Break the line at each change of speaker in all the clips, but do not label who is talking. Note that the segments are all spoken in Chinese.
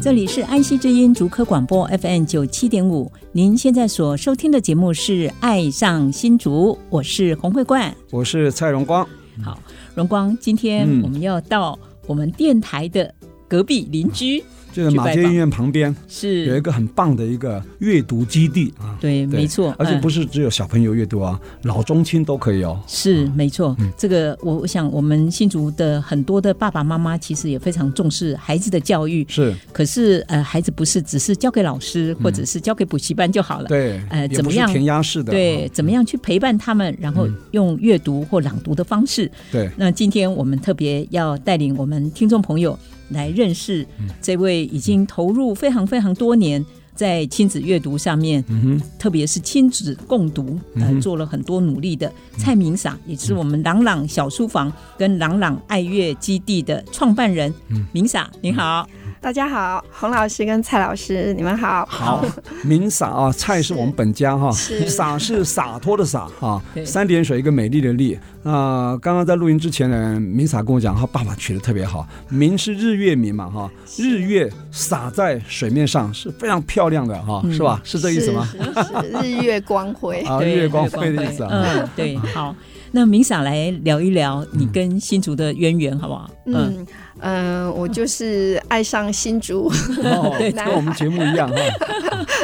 这里是安溪之音竹科广播 FM 九七点五，您现在所收听的节目是《爱上新竹》，我是洪慧冠。
我是蔡荣光，
好，荣光，今天
嗯
我们要到我们电台的隔壁邻居，
就是马街医院旁边有一
是
个很棒的一个阅读基地啊，
对，没错，
而且
嗯嗯
不是只有小朋友阅读啊，老中青都可以哦。
是没错
嗯，
这个我我想我们新竹的很多的爸爸妈妈其实也非常重视孩子的教育，
是
可是呃，孩子不是只是交给老师或
嗯
者是交给补习班就好了，
对，
呃
也
怎么
不是
样
填鸭式的嗯啊，
对，怎么样去陪伴他们，然后用阅读或朗读的方式。
对，
那今天我们特别要带领我们听众朋友来认识
嗯
这位已经投入非常非常多年。在亲子阅读上面，
嗯哼，嗯
特别是亲子共读，呃，做了很多努力的蔡明傻，也是我们朗朗小书房跟朗朗爱乐基地的创办人
嗯
明傻，您好，
大家好，洪老师跟蔡老师，你们好。
好，明洒啊，蔡是我们本家哈，
是
洒是洒脱的洒哈
对，
三点水一个美丽的丽。那、刚刚在录音之前呢，明洒跟我讲，他爸爸取的特别好，明是日月明嘛哈，日月洒在水面上是非常漂亮的哈，
嗯
是吧？是这个意思吗？
是是是日月光辉。
啊，
对
月光飞的意思啊。
嗯， 对，好，那明傻来聊一聊你
嗯
跟新竹的渊源，好不好？
嗯嗯、呃我就是爱上新竹，
哦，
对
跟我们节目一样哈。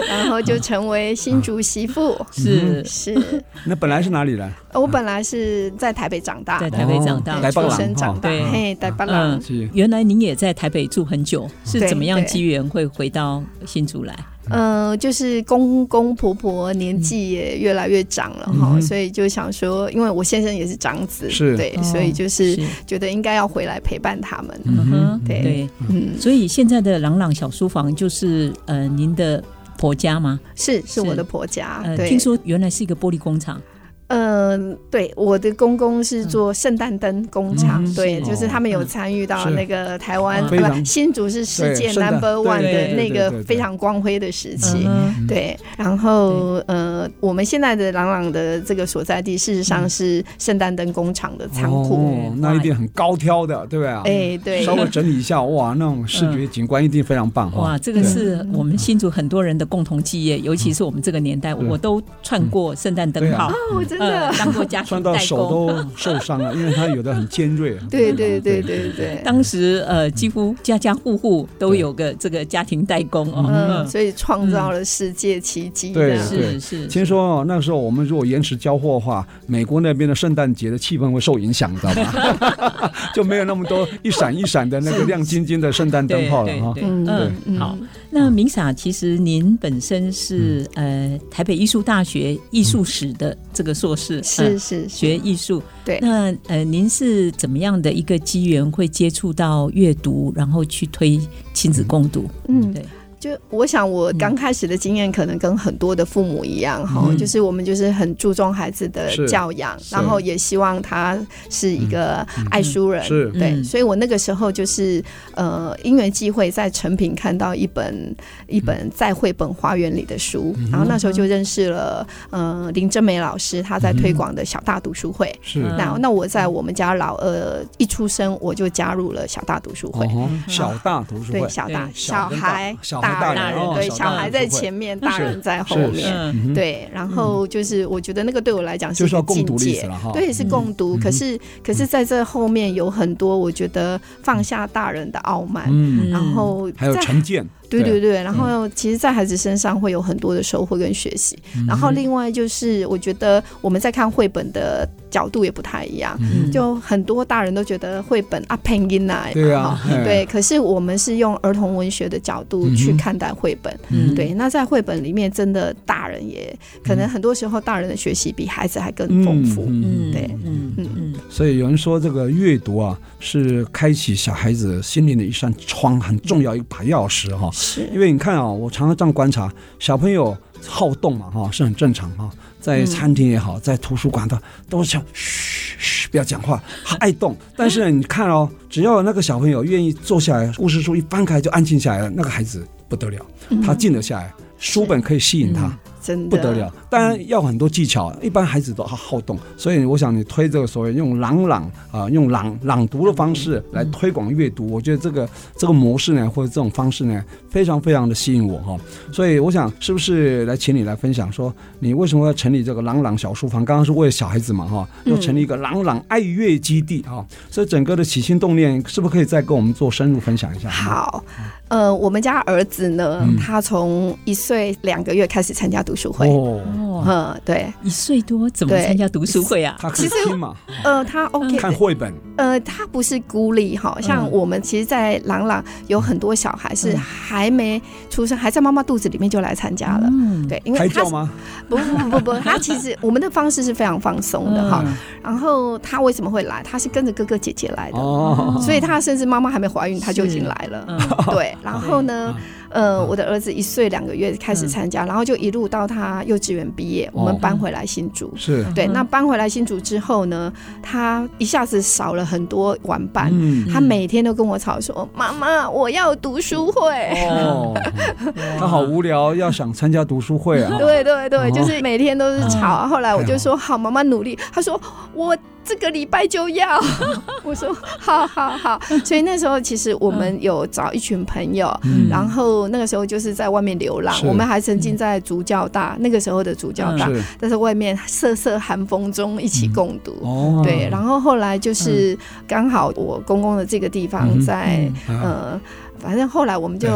然后就成为新竹媳妇。
嗯
是
是
那本来是哪里人？
我本来是在台北长大
在，台北长大
对
哦，台北哦
出
人
生长大，
对
嘿，台北
嗯
人。
是
原来您也在台北住很久，是
对
怎么样
对
机缘会回到新竹来？
嗯、就是公公婆婆年纪也越来越长了哈、所以就想说，因为我先生也是长子，
嗯是
对、
哦
所以就是觉得应该要回来陪伴他们。
嗯哼，
对
对，
嗯，
所以现在的朗朗小书房就是呃您的婆家吗？
是
是
是我的婆家，
呃，
啊对，
听说原来是一个玻璃工厂，
嗯，对，我的公公是做圣诞灯工厂，
嗯
对，
是
就是他们有参与到
是
那个台
嗯
湾，不
非常
新竹是世界
对圣诞
number one
对
的
对
那
对对
个
对
非常光辉的时期。
嗯哼
对，然后呃，我们现在的朗朗的这个所在地，事实上是圣诞灯工厂的仓库。
哦，那一定很高挑的，对不对啊？
哎，对嗯
稍，微整理一下，哇，那种视觉景观一定非常棒哈。
哇，这个
对嗯
是我们新竹很多人的共同记忆，尤其是我们这个年代，
对
我都串过圣诞灯
嗯对啊
泡，
哦，真
呃
的，，
当过 家
穿
庭
到
代
手
工。
都受伤了，因为它有的很尖锐。啊
对对对对对，
当时呃，几乎家家户户都有个这个家庭代工哦，
嗯，
嗯
所以创造了世界奇迹。
对
这样
是是，
听说哦那时候我们如果延迟交货的话，美国那边的圣诞节的气氛会受影响，你知道吗？ 就没有那么多一闪一闪的那个亮晶晶的圣诞灯
对
泡了
对
哈。
对，
嗯
嗯，
嗯嗯
好。那明傻，其实您本身是呃台北艺术大学艺术史的这个硕士，
是
嗯
是是，
学艺术。
对
那呃，您是怎么样的一个机缘会接触到阅读，然后去推亲子共读？
嗯，
对，嗯
就我想，我刚开始的经验可能跟很多的父母一样哈、就是我们就是很注重孩子的
是嗯
教养，然后也希望他是一个爱书人。
是
对、
嗯
所以我那个时候就是呃，因缘际会在成品看到一本一
嗯
本在绘本花园里的书，然后那时候就认识了呃林真美老师，她在推广的小大读书会。
是
嗯
那那我在我们家老二一
嗯
出生，我就加入了小大读书会。嗯啊
哦吼，小大读书
对
会，
小大
对
小
跟大
孩
小
大
大人
人
哦
对，
小
小
大人
孩在
不会
前面，大人在后
是
面。
嗯
嗯哼，
对，然后就是我觉得那个对我来讲是
就
一
是要
个
共
境
读历
界
史，了哈。
对，是共读。
嗯
可是，可是在这后面有很多，我觉得放下大人的傲慢，
嗯，
然后
还有
在
成见，
对对
对嗯
对，然后其实，在孩子身上会有很多的收获跟学习。然后另外就是，我觉得我们在看绘本的角度也不太一样。
嗯
就很多大人都觉得绘本啊，拼音啊，
对啊
哈
哎
对。可是我们是用儿童文学的角度
嗯
去
哼
看待绘本，
嗯
对。那在绘本里面，真的大人也可能很多时候，大人的学习比孩子还更丰富。
嗯
嗯，
对
嗯嗯嗯，
所以有人说，这个阅读啊，是开启小孩子心灵的一扇窗，很重要一把钥匙哈、
是
因为你看啊，我常常这样观察，小朋友好动嘛哈，是很正常哈。在餐厅也好，在图书馆的都想嘘嘘，不要讲话，他爱动。但是呢你看哦，只要那个小朋友愿意坐下来，故事书一翻开就安静下来了，那个孩子不得了，他静得下来，书本可以吸引他。
真的
不得了，当然要很多技
嗯
巧，一般孩子都好好动，所以我想你推这个所谓用朗朗啊、用朗朗读的方式来推广阅读，我觉得这个这个模式呢，或者这种方式呢，非常非常的吸引我哈、所以我想是不是来请你来分享说，你为什么要成立这个朗朗小书房？刚刚是为了小孩子嘛哈、
嗯
要成立一个朗朗爱乐基地啊、所以整个的起心动念是不是可以再跟我们做深入分享一下？，
好，呃，我们家儿子呢，
嗯
他从一岁两个月开始参加读书会，
哦，
哦，
嗯，对，
一岁多怎么
对
参加读书会啊？
他可以听嘛，
呃，他 OK，
看绘本，
呃，他不是孤立哈，像
嗯
我们其实，在朗朗有很多小孩是
嗯
还没出生，还在妈妈肚子里面就来参加了。
嗯，
对，因为
胎
他
教
是
吗？
不不不不， 他其实我们的方式是非常放松
嗯
的哈。然后他为什么会来？他是跟着哥哥姐姐来的，
哦，
所以他甚至妈妈还没怀孕，他就已经
是
来了。
嗯，
对，然后呢，呃，我的儿子一岁两个月开始
嗯
参加，然后就一路到他幼稚园毕业，我
哦
们搬回来新竹。
是，
对，
嗯
那搬回来新竹之后呢，他一下子少了很多玩伴。
嗯
他每天都跟我吵说：“妈妈，我要读书会。。
哦，他好无聊，要想参加读书会啊
对对对，
哦
就是每天都是吵。后来我就说：“好，妈妈努力。”他说：“我这个礼拜就要。” 我说：“好好好。”所以那时候其实我们有找一群朋友，
嗯
然后那个时候就是在外面流浪
是，嗯
我们还曾经在竹教大、那个时候的竹教大，
是
但是外面瑟瑟寒风中一起共读。
哦，
对，然后后来就是刚好我公公的这个地方
嗯
在、
啊
呃，反正后来我们就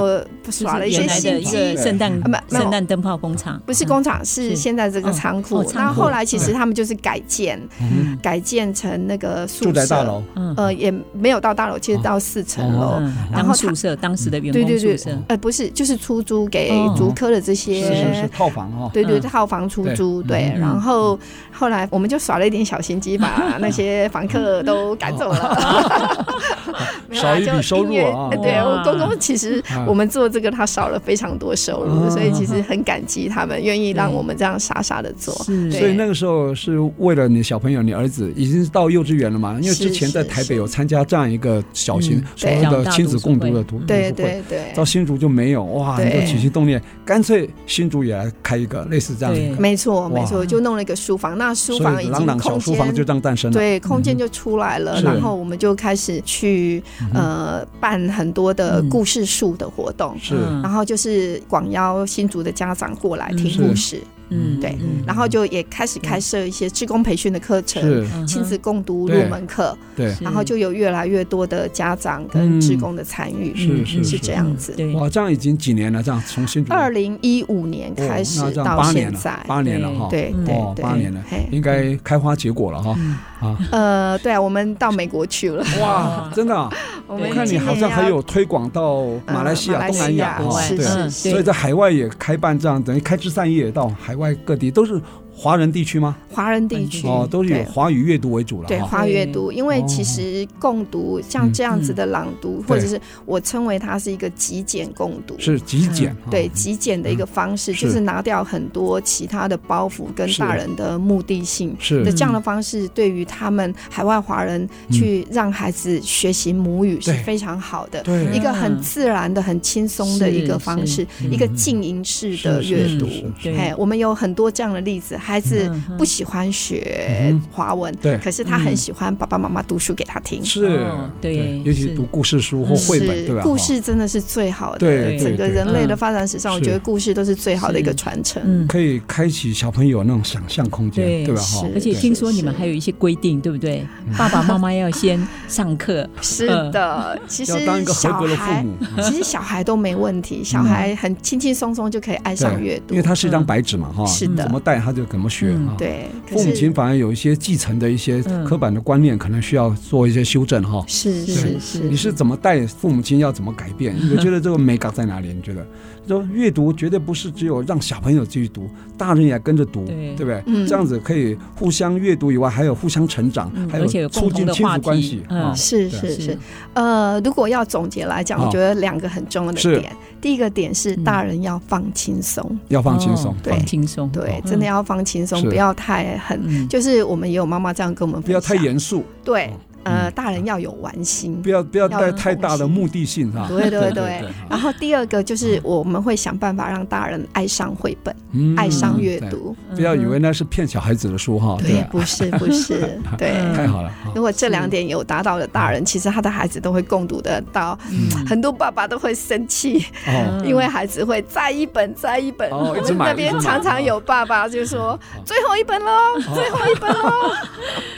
耍了一些
原来的
心
一
机，
个圣诞
啊没没有
圣诞灯泡工厂，
不是工厂，是
是
现在这个仓
哦
库
哦。
那、
仓库
后来其实他们就是改建，
嗯
改建成那个宿舍
住宅大，楼，
嗯，
呃，也没有到大楼，其实到四层楼。
哦
嗯
呃然
当
后
宿
他
舍当时的员
对
工
对
宿
对
舍，，
呃，不是，就是出租给
哦
竹科的这
是是是
些
套房哦，
对对，
嗯
套房出租
对
对，
嗯
然后后来我们就耍了一点小心机，把那些房客都赶走了， 没有啦
嗯哦少一笔收入啊
就因为对
哇
我公公其实
啊
我们做这个，他少了非常多收
啊
入，所以其实很感激他们愿意让
对
我们这样傻傻的做。
是
对
所以那个时候是为了你小朋友，你儿子已经到幼稚园了嘛？因为之前在台北有参加这样一个小型
嗯
所谓的亲子共读的读
对
读书会
对对，
到新竹就没有哇，你
对
就起心动念，干脆新竹也来开一个类似这样的一个，
没错没
哇
错，就弄了一个书房，那书
所
房
以
已
朗
经
朗小
空
书房
间
就这样诞生了。
对，空间就出来
嗯
了，
是嗯
然后我们就开始去呃办很多的故事树的活动，
是
然后就是广邀新竹的家长过来听
嗯
故事，
嗯
对
嗯
然后就也开始开设一些志工培训的课程。
是，
嗯
亲子共读入
对
门课，
对，
然后就有越来越多的家长跟
嗯
志工的参与，
是
嗯
是
是
是
这样子。
对，
哇，这样已经几年了，这样从新竹
二零一五年开始
哦那这样
到
八
现
年了
在，
八年了哈，
对
嗯
对
哦
对，
八年了
嘿
应该开花结果了哈。
呃，对啊，我们到美国去了，
哇，真的啊，
我
我
们
看你
今
好
年
像还
要
有推广到
呃
马来西亚、东南亚
马
哈，
来西亚
对
是
啊，
是
对
所以在海外也开办这样，等于开枝散叶到海外各地，都是华人地区吗？
华人地区
哦，都是以
对
华语阅读为主了
对
哈。哦
华阅读，因为其实共读像这样子的朗读，或者是我称为它是一个极简共读，
嗯是极简，哈
对极简的一个方式，
嗯
就是是拿掉很多其他的包袱跟
是
大人的目的性。
是嗯
的这样的方式，对于他们海外华人去让孩子学习母语是
对
非常好的，
对
一个很自然的、很轻松的一个方式，
是嗯
一个静音式的阅读
是是是。
对
哎，我们有很多这样的例子，孩子
嗯哼
不喜欢学
嗯
华文，
对
可是他很喜欢爸爸妈妈读书给他听。
是
哦，对
尤其
是
是读故事书或绘本，
是
对吧？
故事真的是最好的，
对
整个
对对
人类的发展史上，
嗯
我觉得故事都是最好的一个传承。
嗯，
可以开启小朋友那种想象空间，
对
对吧？哈
是，
而且
对
听说
是
你们
是
还有一些规定，对不对？
嗯
爸爸妈妈要先上 课，
是的，其实
嗯要当一个合
小
格的父
孩，
母， 嗯
其实小孩都没问题，小孩很轻轻松松就可以爱上阅
因
读
为。他是一张白纸嘛，哈，
嗯是的
怎么带他就怎么学
嗯
啊。。
对，可
嗯父母
是
亲反而有一些继承的一些呃
嗯
刻板的观念，可能需要做一些修正哈。
是
对
是
你
是，
是怎么带父母亲要怎么改变？我觉得这个美感在哪里？你觉得？说阅读绝对不是只有让小朋友去读，大人也跟着读，
对
对不对？
嗯
这样子可以互相阅读以外，还有互相成长
嗯，
还
而且有
有
共
促
同
进
的
亲
话
子
题
关系
嗯
啊。
是
对
是是，呃，如果要总结来讲，
好
我觉得两个很重要的
是
点，第一个点是
嗯
大人要放轻松，
要放轻松
哦，
对
放轻松，
对，
嗯
真的要放轻松，
是
不要太很，
嗯，
就是我们也有妈妈这样跟我们，
不要太，严肃，
对
嗯，
呃，大人要有玩心
不。要不要
要
带
有
太大的目的性哈。
对对
对
对
对，
然后第二个就是我们会想办法让大人爱上绘本，
嗯
爱上阅，
对
读。
嗯
不要以为那是骗小孩子的书哈。
嗯对
吧，
不是不是， 对。
嗯
太好了哈
如。果这两点有达到的大人，其实他的孩子都会共读得到。
嗯
很多爸爸都会生气，
哦，
因为孩子会再一本再一本。
哦
我
一直
们
买
那边
一直买哦
常常有爸爸就说：“最后一本喽，最后一本喽。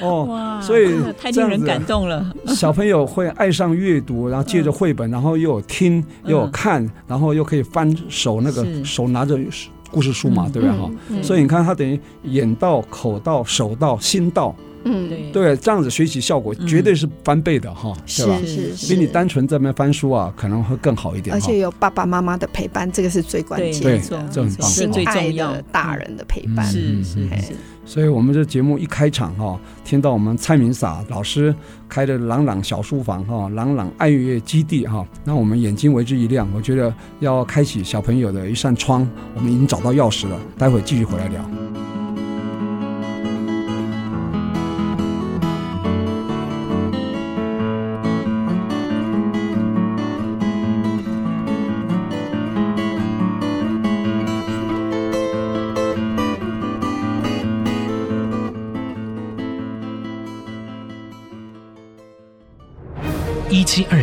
哦，
哇，
所以
真的太
这
令
样
人
子啊
感动了，
嗯
小朋友会爱上阅读，然后借着绘本，然后又有听，
嗯
又有看，然后又可以翻手那个
是
手拿着故事书嘛，
嗯
对不对哈？
嗯
所以你看，他等于眼到、口到、手到、心到，”
嗯，
对，
对，这样子学习效果
嗯
绝对是翻倍的哈，对吧
是？是是，
比你单纯在那边翻书啊，可能会更好一点
而
哈
且。有爸爸妈妈的陪伴，这个是最关
对，
键
没
对
的。
错
这很
没错
棒
这
心
最
爱
重要
的大人的陪伴
嗯
是
嗯
是
嗯
是，
所以我们这节目一开场哈、听到我们蔡明傻老师开的朗朗小书房哈、朗朗爱乐基地哈、那我们眼睛为之一亮。我觉得要开启小朋友的一扇窗，我们已经找到钥匙了。待会继续回来聊。
一七二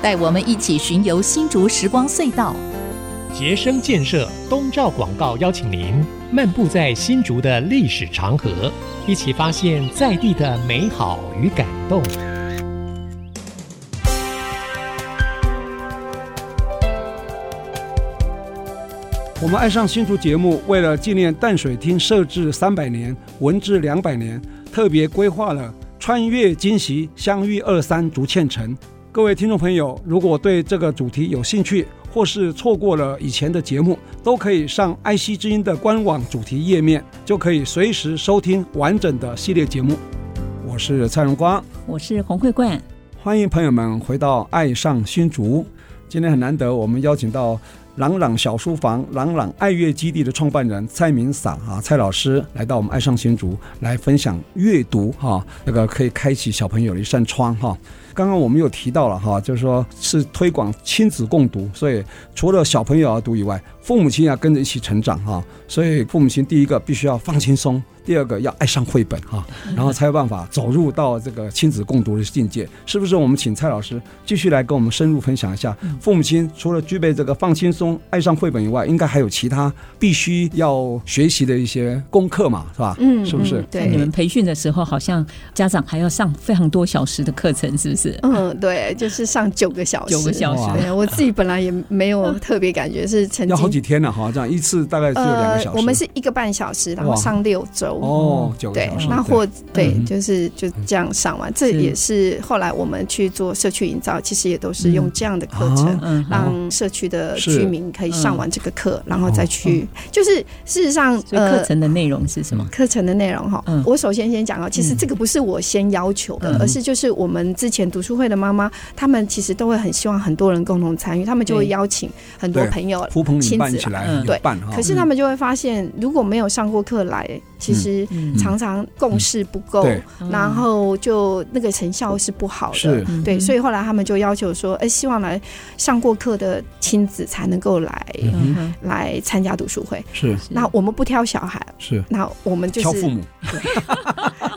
带我们一起巡游新竹时光隧道。
杰生建设东照广告邀请您漫步在新竹的历史长河，一起发现在地的美好与感动。
我们爱上新竹节目，为了纪念淡水厅设置三百年、文治两百年，特别规划了穿越惊喜、相遇二三竹堑城。各位听众朋友，如果对这个主题有兴趣，或是错过了以前的节目，都可以上爱惜之音的官网主题页面，就可以随时收听完整的系列节目。我是蔡荣光，
我是洪慧冠，
欢迎朋友们回到《爱上新竹》。今天很难得，我们邀请到朗朗小书房、朗朗爱乐基地的创办人蔡明洒啊，蔡老师来到我们爱上新竹来分享阅读哈、那个可以开启小朋友的一扇窗哈、刚刚我们有提到了哈、就是说是推广亲子共读，所以除了小朋友要读以外，父母亲要跟着一起成长哈、所以父母亲第一个必须要放轻松。第二个要爱上绘本哈、
嗯
然后才有办法走入到这个亲子共读的境界，是不是？我们请蔡老师继续来跟我们深入分享一下，
嗯
父母亲除了具备这个放轻松、爱上绘本以外，应该还有其他必须要学习的一些功课嘛，是吧？
嗯
是不是
嗯
在你
对
们培训的时候，好像家长还要上非常多小时的课程，是不次，
嗯，对，就是上九个小时，
九个小时
哇
对，我自己本来也没有特别感觉，是曾
要好
经
几天了哈，这样一次大概是有两个
呃
小，时。
我们是一个半小时，然后
哇
上六周。
哦，九个
嗯对
小时，，
那或对
嗯，
就是就这样上完，这
是
也是后来我们去做社区营造，其实也都是用这样的课
嗯
程，
嗯，
让社区的
是嗯哦
居民可以上完这个课，然后再去，就是事实上，
所以课
呃，
程的内容是什么？
课程的内容哈
嗯，
我首先先讲哦，其实
嗯
这个不是我先要求的
嗯，
而是就是我们之前读书会的妈妈，他们其实都会很希望很多人共同参与，他们就会
对
邀请很多
对
朋友
呼朋引
亲
伴
子
起来
嗯
有
对
伴哈
可。是他们就会发现，如果没有上过课来，其实
嗯
常常共识不够，
对，
嗯然后就那个成效是不好
是
哦的。
嗯
对，所以后来他们就要求说，哎，希望来上过课的亲子才能够来、
嗯哼
来参加读书会。
是
是
那我们不挑小孩，
是，
那我们
嗯
就
挑父
是
母，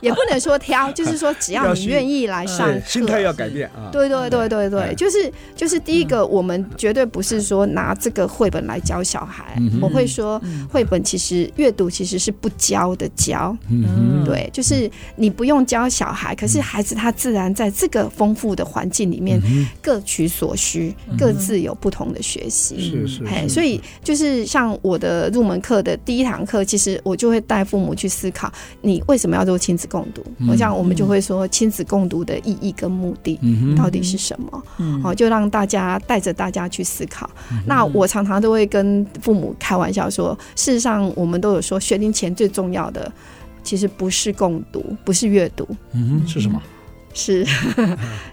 也不能说挑，就是说只要
要
你
去
愿意来
嗯
上
对
课，，
心态要嗯改变啊。
对对对对
哎
对，就是就是第一个，我们绝对不是说拿这个绘本来教小孩
嗯哼，
我会说
嗯
绘本其实阅读其实是不教的教，
嗯
嗯
哼，
对，就是你不用教小孩，可是孩子他自然在这个丰富的环境里面
嗯
各取所需，各自有不同的学习。
哼是是
哎，
是，
所以就是像我的入门课的第一堂课，其实我就会带父母去思考，你为什么要做亲子共读？
嗯
我想我们就会说亲子共读的意义跟目的
嗯哼，
到底是什么？
嗯
好，就让大家带着大家去思考。
嗯
那我常常都会跟父母开玩笑说，事实上我们都有说，学龄前最重要的其实不是共读，不是阅读，
嗯哼是什么？
是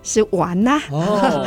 是玩呐、
哦，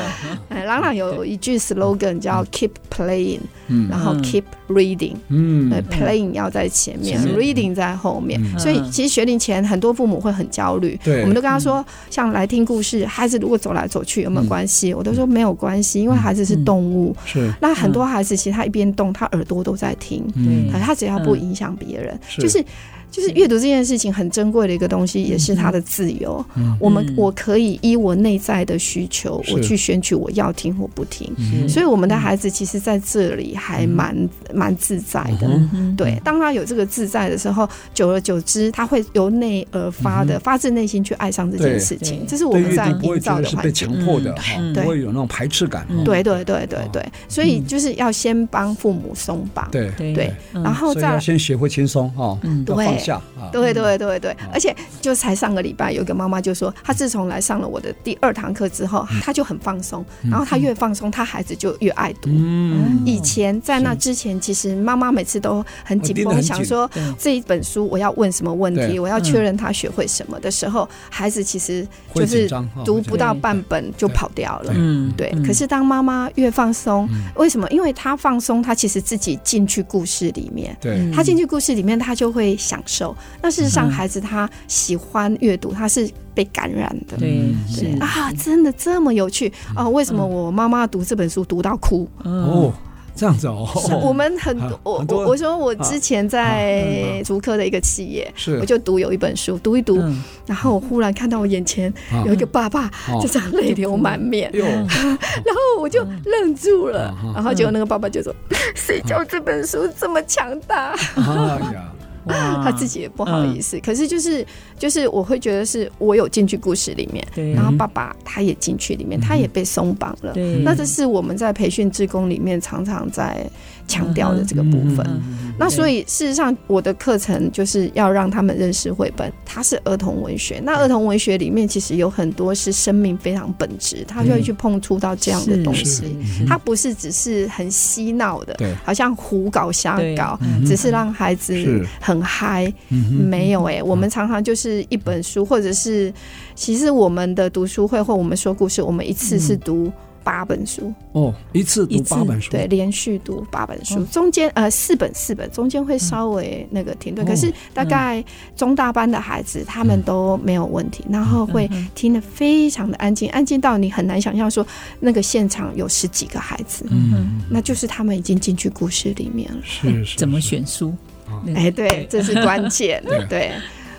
哎朗朗有一句 slogan 叫 “keep playing”，
嗯
然后
嗯
keep reading。对
嗯，
，playing 要在前面
是
，reading 在后面，
嗯
所以
嗯
其实学龄前很多父母会很焦虑。
对
我们都跟他说，像来听故事，孩子如果走来走去有没有关
嗯
系？我都说没有关系，因为孩子是动物。
是，
那很多孩子其实他一边动，他耳朵都在听，
嗯
可是他只要不
嗯
影响别人，
是
就是就是阅读这件事情很珍贵的一个东西，
嗯
也是他的自由。我们
嗯
我可以依我内在的需求，
是
我去选取我要听或不听。
嗯
所以我们的孩子其实在这里还蛮蛮自在的。
嗯
嗯
对，当他有这个自在的时候，久而久之，他会由内而发的、发自内心去爱上这件事
对
情。
对
这是我
嗯对
们在
阅读不会
营
觉
造
得
的
是
环
被
境。
强迫的哈
嗯，
不
对嗯
会有那种排斥感哈。
对对对对对，所以
嗯
就是要先帮父母松绑，
对，
对
对，
嗯
然后
所以
再
要
来
先学会轻松哈，
嗯
要
对
放下啊。
对对对对
嗯，
而且就才上个礼拜，有一个妈妈就说，她自从来上了我的第二堂课之后，
嗯
她就很放松，然后她越放松，她孩子就越爱读。
嗯，
以前在那之前，其实妈妈每次都很紧
哦盯得很
绷，
紧
想说
对
这一本书我要问什么问
对
题，我要确认他学会什么的时候，孩子其实
会
就
紧
是
张哦哈，
读
会紧
不
张
到半本就跑掉了。
嗯
对
嗯，
可是当妈妈越放松
嗯，
为什么？因为她放松，她其实自己进去故事里面，
对，
他进去故事里面，他就会享受。那事实上，
嗯
孩子他喜欢阅读，他是被感染的。
对
嗯
是
对啊，真的这么有趣啊、为什么我妈妈读这本书读到哭？
哦，这样子哦，
是我们很多
啊，
我
很多啊嗯
我我说我之前在竹科的一个企业，
是
我就读有一本书，读一读，
嗯
然后我忽然看到我眼前
啊
有一个爸爸
哦
就这样泪流满面，
哟，
然后我就愣住了
嗯，
然后结果那个爸爸就说：“ 谁叫这本书这么强大？”
哎呀，
哇
他自己也不好意
嗯
思。可是就是就是，我会觉得是我有进去故事里面，
对
嗯
然后爸爸他也进去里面，他也被松绑了。
对
那这是我们在培训职工里面常常在强调的这个部分。
嗯
那所以事实上，我的课程就是要让他们认识绘本，它是儿童文学。那儿童文学里面其实有很多是生命非常本质，他就会去碰触到这样的东
是
西。
嗯
是
它不是只是很嬉闹的
对，
好像胡搞瞎
对
搞
嗯，
只是让孩
是
子很嗨。
嗯
没有哎、我们常常就是一本书，或者是其实我们的读书会或我们说故事，我们一次是读。八本书，
哼，哦，一次
一
读
次
八本书，
对，连续读八本书，
哦
嗯
中间呃四本四本，中间会稍微那个停
哦
顿，可是大概中大班的孩子他们都
嗯
没有问题，然后会听得非常的安静，安静到你很难想象说那个现场有十几个孩子，
嗯，
那就是他们已经进去故事里面了。
是是，
怎么选书
啊？
那个
哎，对，这是 关键，对。
对，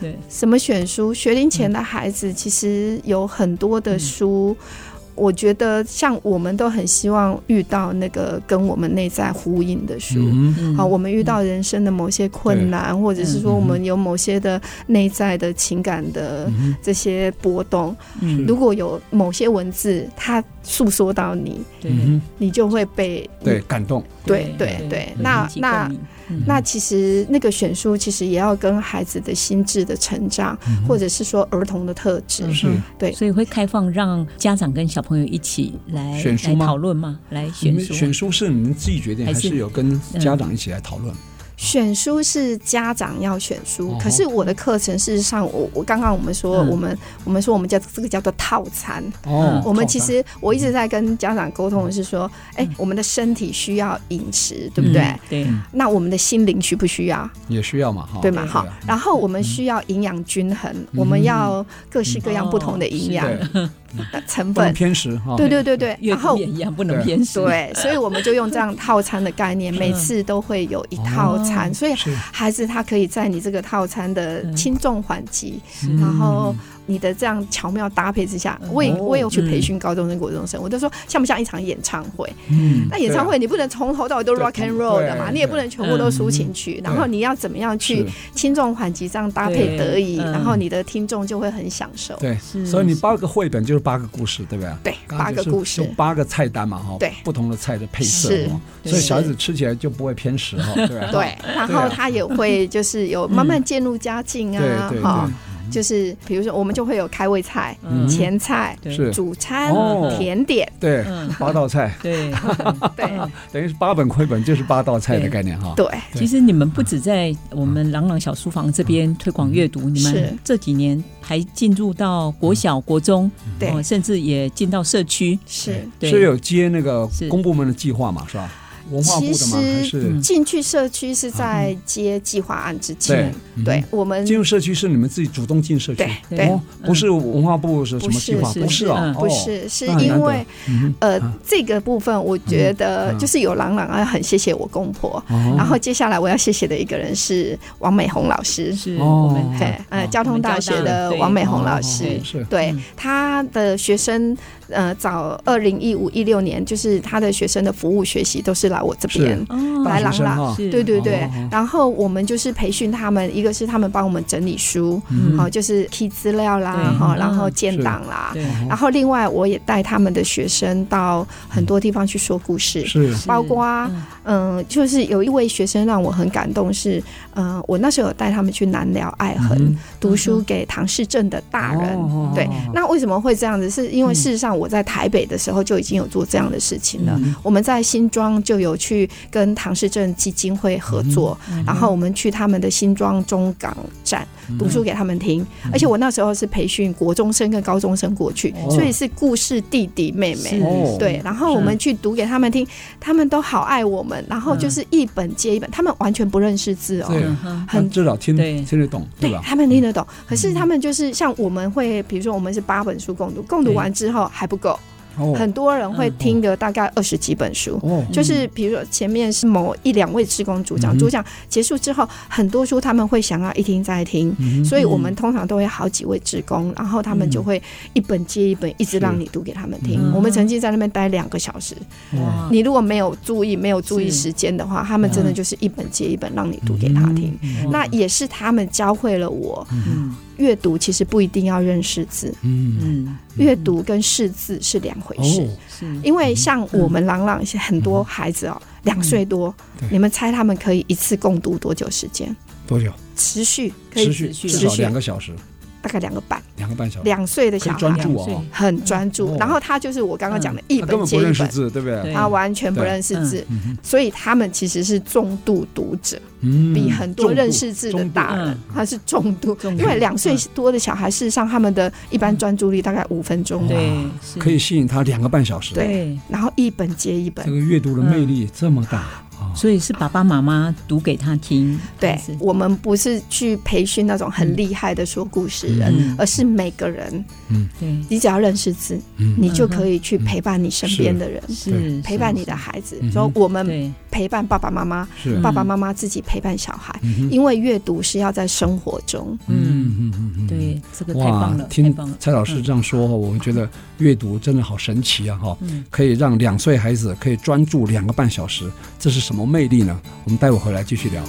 嗯
什么选书？学龄前的孩子其实有很多的书，我觉得像我们都很希望遇到那个跟我们内在呼应的书。
嗯
嗯
好，我们遇到人生的某些困难，或者是说我们有某些的内在的情感的
嗯
这些波动，
嗯
如果有某些文字它诉说到你，
对
嗯，
你就会被
对，感动，
对
对
对对
嗯
那
引起
那
共鸣嗯
那其实那个选书其实也要跟孩子的心智的成长，或者是说儿童的特质，
是
对
所以会开放让家长跟小朋友一起来
选书
来
吗
讨论吗？来
你
选
们
书
选书是你们自己决定，
还
还
是
是有跟家长一起来讨论？
选书是家长要选书，
哦
可是我的课程事实上，我我刚刚我们说，
嗯
我们我们说我们叫这个叫做套餐。
哦
我们其实
嗯
我一直在跟家长沟通的是说，哎、我们的身体需要饮食，对不对？
嗯对，
嗯
那我们的心灵需不需要？
也需要嘛，哈，
对吗？好
啊，嗯
然后我们需要营养均衡，我们要各式各样不同的营养、
对，
呃成
哦不能
分。
偏食哈。
对对对对，
阅
然后
读也一样不能
对
偏食。
对，所以我们就用这样套餐的概念，每次都会有一套餐，所以
哦是
孩子他可以在你这个套餐的
嗯
轻重缓急，
是
嗯
然后你的这样巧妙搭配之下，我也
哦
我也有去培训高中生、国中生，我就说像不像一场演唱会？
嗯
那演唱会你不能从头到尾都
对
rock and roll 的嘛，
对嗯
你也不能全部都抒情曲，然后你要怎么样去
是
轻重缓急这样搭
对
配得宜，
嗯
然后你的听众就会很享受。
对，
是
所以你八个绘本就是八个故事，对不对？
对，
刚
八
刚
个
就是
故事
就。八个菜单嘛，哈，
对
不同的菜的配色
是
哦，
对
所以小孩子吃起来就不会偏食哈，对 啊吧？
对，然后他也会就是有慢慢渐入佳境啊
对，对
哈，
对，
就是比如说我们就会有开胃菜、
嗯
前菜、
对
是
主餐
哦、
甜点，
对
嗯
八道菜，
对，
对
等于是八本绘本就是八道菜的概念哈。
对，嗯
对
其实你们不止在我们朗朗小书房这边推广阅读，你
是
们这几年还进入到国小、国中，
对
哦甚至也进到社区。
是。
对
所以有接那个
是
公部门的计划嘛，是吧？文化部
其
的吗？还是
实嗯进去社区是在接计划案之前，
对
对我们
进入社区是你们自己主动进社区
对？
对
对嗯
哦，不是文化部是什么计划？
不是
不是啊
嗯，
哦
不，是是
那很
因
难得
为
嗯
呃
啊
这个部分，我觉得
嗯啊
就是有朗朗啊，很谢谢我公婆。
哦
然后接下来我要谢谢的一个人是王美红老师，
是
哦
我们
嘿，呃，交通大学的王美红老师，
哦是
对
嗯
他的学生，呃，早二零一五一六年，就是他的学生的服务学习都是来我这边
是，
哦
大
白狼
学生哈，
是
对对对。
哦哦
然后我们就是培训他们，一个是他们帮我们整理书，
嗯
好、就是批资料啦，
对
哈、
嗯
然后建档啦。
嗯
对
然后另外我也带他们的学生到很多地方去说故事。
是
包括
嗯
嗯、就是有一位学生让我很感动是，嗯、我那时候有带他们去南寮爱河、
嗯哦
读书给唐氏症的大人，对，那为什么会这样子？是因为
嗯
事实上我在台北的时候就已经有做这样的事情了。
嗯
我们在新庄就有去跟唐氏症基金会合作，
嗯
然后我们去他们的新庄中港站读书给他们听，而且我那时候是培训国中生跟高中生过去，
嗯哦
所以是故事弟弟妹
是
嗯妹。
哦
对，然后我们去读给他们听，他们都好爱我们，然后就是一本接一本，他们完全不认识字哦，
嗯对
嗯哼
他
很
啊至少听
对
听得懂，
对
吧？
他们听得懂，可是他们就是像我们会，比如说我们是八本书共读，共读
对
完之后还不够，
哦
很多人会
嗯
听个大概二十几本书。
哦
就是比如说前面是某一两位职工主
嗯
讲，
哼
主讲结束之后，很多书他们会想要一听再听，
嗯
所以我们通常都会好几位职工，然后他们就会一本接一本，一直让你读给他们听
嗯。
我们曾经在那边待两个小时，
嗯哦
哇
你如果没有注意、没有注意
是
时间的话，他们真的就是一本接一本让你读给他听。
嗯
那也是他们教会了我，
嗯
阅读其实不一定要认识字，
嗯
嗯
阅读跟识字是两回事。
哦
是
因为像我们朗朗是很多孩子哦，两岁多
嗯对，
你们猜他们可以一次共读多久时间？
多久？
持续可
持
以
续
持续
至少两个小时，
大概两个半，
两个半小时，
两岁的
可
小
以专
孩
注
两岁
哦，
很专注
哦，嗯
然后他就是我刚刚讲的一
他根
本
本
接
不认
一
识
本，
字，对不对？
对
他完全不
对
认识字，
嗯哼
所以他们其实是重度读者，
嗯
比很多
重度
认识字的
重度
大
重
人
度
他是重度，
嗯重度嗯
因为两岁多的小孩事实上他们的一般专注力大概五分钟，
对是
可以吸引他两个半小时，
对，
然后一本接一本
这，个阅读的魅力这么大啊！
所以是爸爸妈妈读给他听，
对
还是
我们不是去培训那种很厉害的说故事人，
嗯
而是每个人，
对
你只要认识字，
嗯
你就可以去陪伴你身边的人，
嗯是
陪伴你的孩子
嗯。
所以我们
对嗯
陪伴爸爸妈妈，
是
爸爸妈妈自己陪伴小孩，
嗯哼
因为阅读是要在生活中。
嗯嗯嗯嗯，
对，对，这个太棒了，太
听
棒了。
蔡老师这样说，我觉得阅读真的好神奇啊！哈、
嗯
可以让两岁孩子可以专注两个半小时，这是什么魅力呢？我们待会回来继续聊。